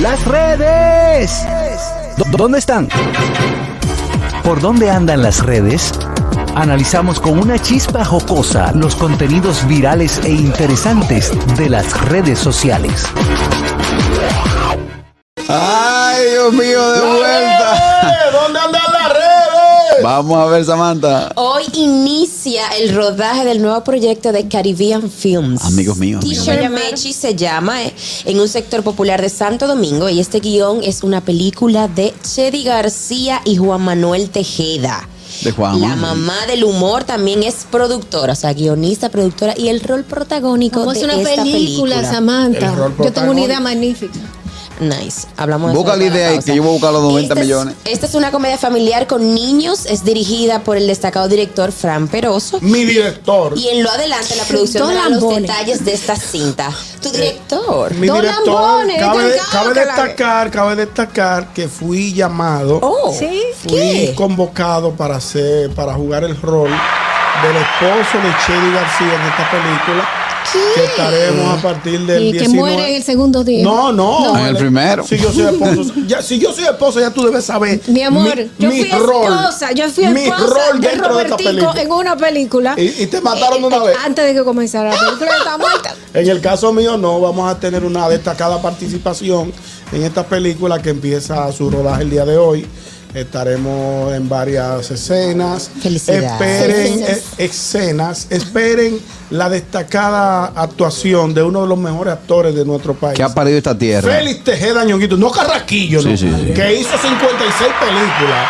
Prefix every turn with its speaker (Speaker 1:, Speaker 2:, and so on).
Speaker 1: Las redes. ¿Dó- ¿Dónde están? ¿Por dónde andan las redes? Analizamos con una chispa jocosa los contenidos virales e interesantes de las redes sociales.
Speaker 2: Ay, Dios mío, de vuelta.
Speaker 3: ¿Dónde andan las redes?
Speaker 2: Vamos a ver, Samantha.
Speaker 4: Hoy inicia el rodaje del nuevo proyecto de Caribbean Films.
Speaker 2: Amigos míos, amigos
Speaker 4: T-shirt Mechi se llama eh, en un sector popular de Santo Domingo y este guión es una película de Chedi García y Juan Manuel Tejeda.
Speaker 2: De Juan.
Speaker 4: La mamá del humor también es productora, o sea, guionista, productora y el rol protagónico
Speaker 5: Como es
Speaker 4: de
Speaker 5: una
Speaker 4: esta
Speaker 5: película,
Speaker 3: El
Speaker 5: Samantha.
Speaker 3: rol
Speaker 5: Yo tengo una idea
Speaker 3: protagónico.
Speaker 5: magnífica.
Speaker 4: Nice. Hablamos de
Speaker 2: Busca
Speaker 4: eso
Speaker 2: la
Speaker 4: para
Speaker 2: idea ahí,
Speaker 4: pausa.
Speaker 2: que yo voy a buscar los 90
Speaker 4: Esta es-
Speaker 2: millones.
Speaker 4: esta es una comedia familiar con niños. Es dirigida por el destacado director Fran Peroso.
Speaker 3: Mi director.
Speaker 4: Y en lo adelante la producción
Speaker 5: Dos
Speaker 4: dará los
Speaker 5: lambones.
Speaker 4: detalles de esta cinta. Tu director.
Speaker 3: Mi
Speaker 5: Dos
Speaker 3: director.
Speaker 5: lambones,
Speaker 3: Cabe,
Speaker 5: trancado,
Speaker 3: cabe
Speaker 5: que la-
Speaker 3: destacar, cabe destacar que fui llamado.
Speaker 4: Oh.
Speaker 5: Sí.
Speaker 3: fui convocado para hacer, para jugar el rol del esposo de Chedi García en esta película. Que estaremos a partir del
Speaker 5: Y que
Speaker 3: 19.
Speaker 5: muere en el segundo día.
Speaker 3: No, no.
Speaker 2: No. En el primero.
Speaker 3: Si yo soy esposo, ya, si yo soy esposo, ya tú debes saber.
Speaker 5: Mi amor, yo fui esposa, yo fui
Speaker 3: mi
Speaker 5: esposa
Speaker 3: rol
Speaker 5: de
Speaker 3: dentro de esta
Speaker 5: Robertico
Speaker 3: película.
Speaker 5: en una película. Eh,
Speaker 3: Y- y te mataron de una vez.
Speaker 5: Antes de que comenzara la película, yo estaba muerta.
Speaker 3: En el caso mío, no vamos a tener una destacada participación en esta película que empieza su rodaje el día de hoy. Estaremos en varias escenas.
Speaker 4: Felicidades.
Speaker 3: Esperen
Speaker 5: Felicidades.
Speaker 3: eh, escenas. Esperen la destacada actuación de uno de los mejores actores de nuestro país.
Speaker 2: ¿Qué ha parido esta tierra?
Speaker 3: Félix Tejeda Ñonguito, no Carraquillo,
Speaker 2: Sí,
Speaker 3: no,
Speaker 2: sí, sí.
Speaker 3: que hizo 56 películas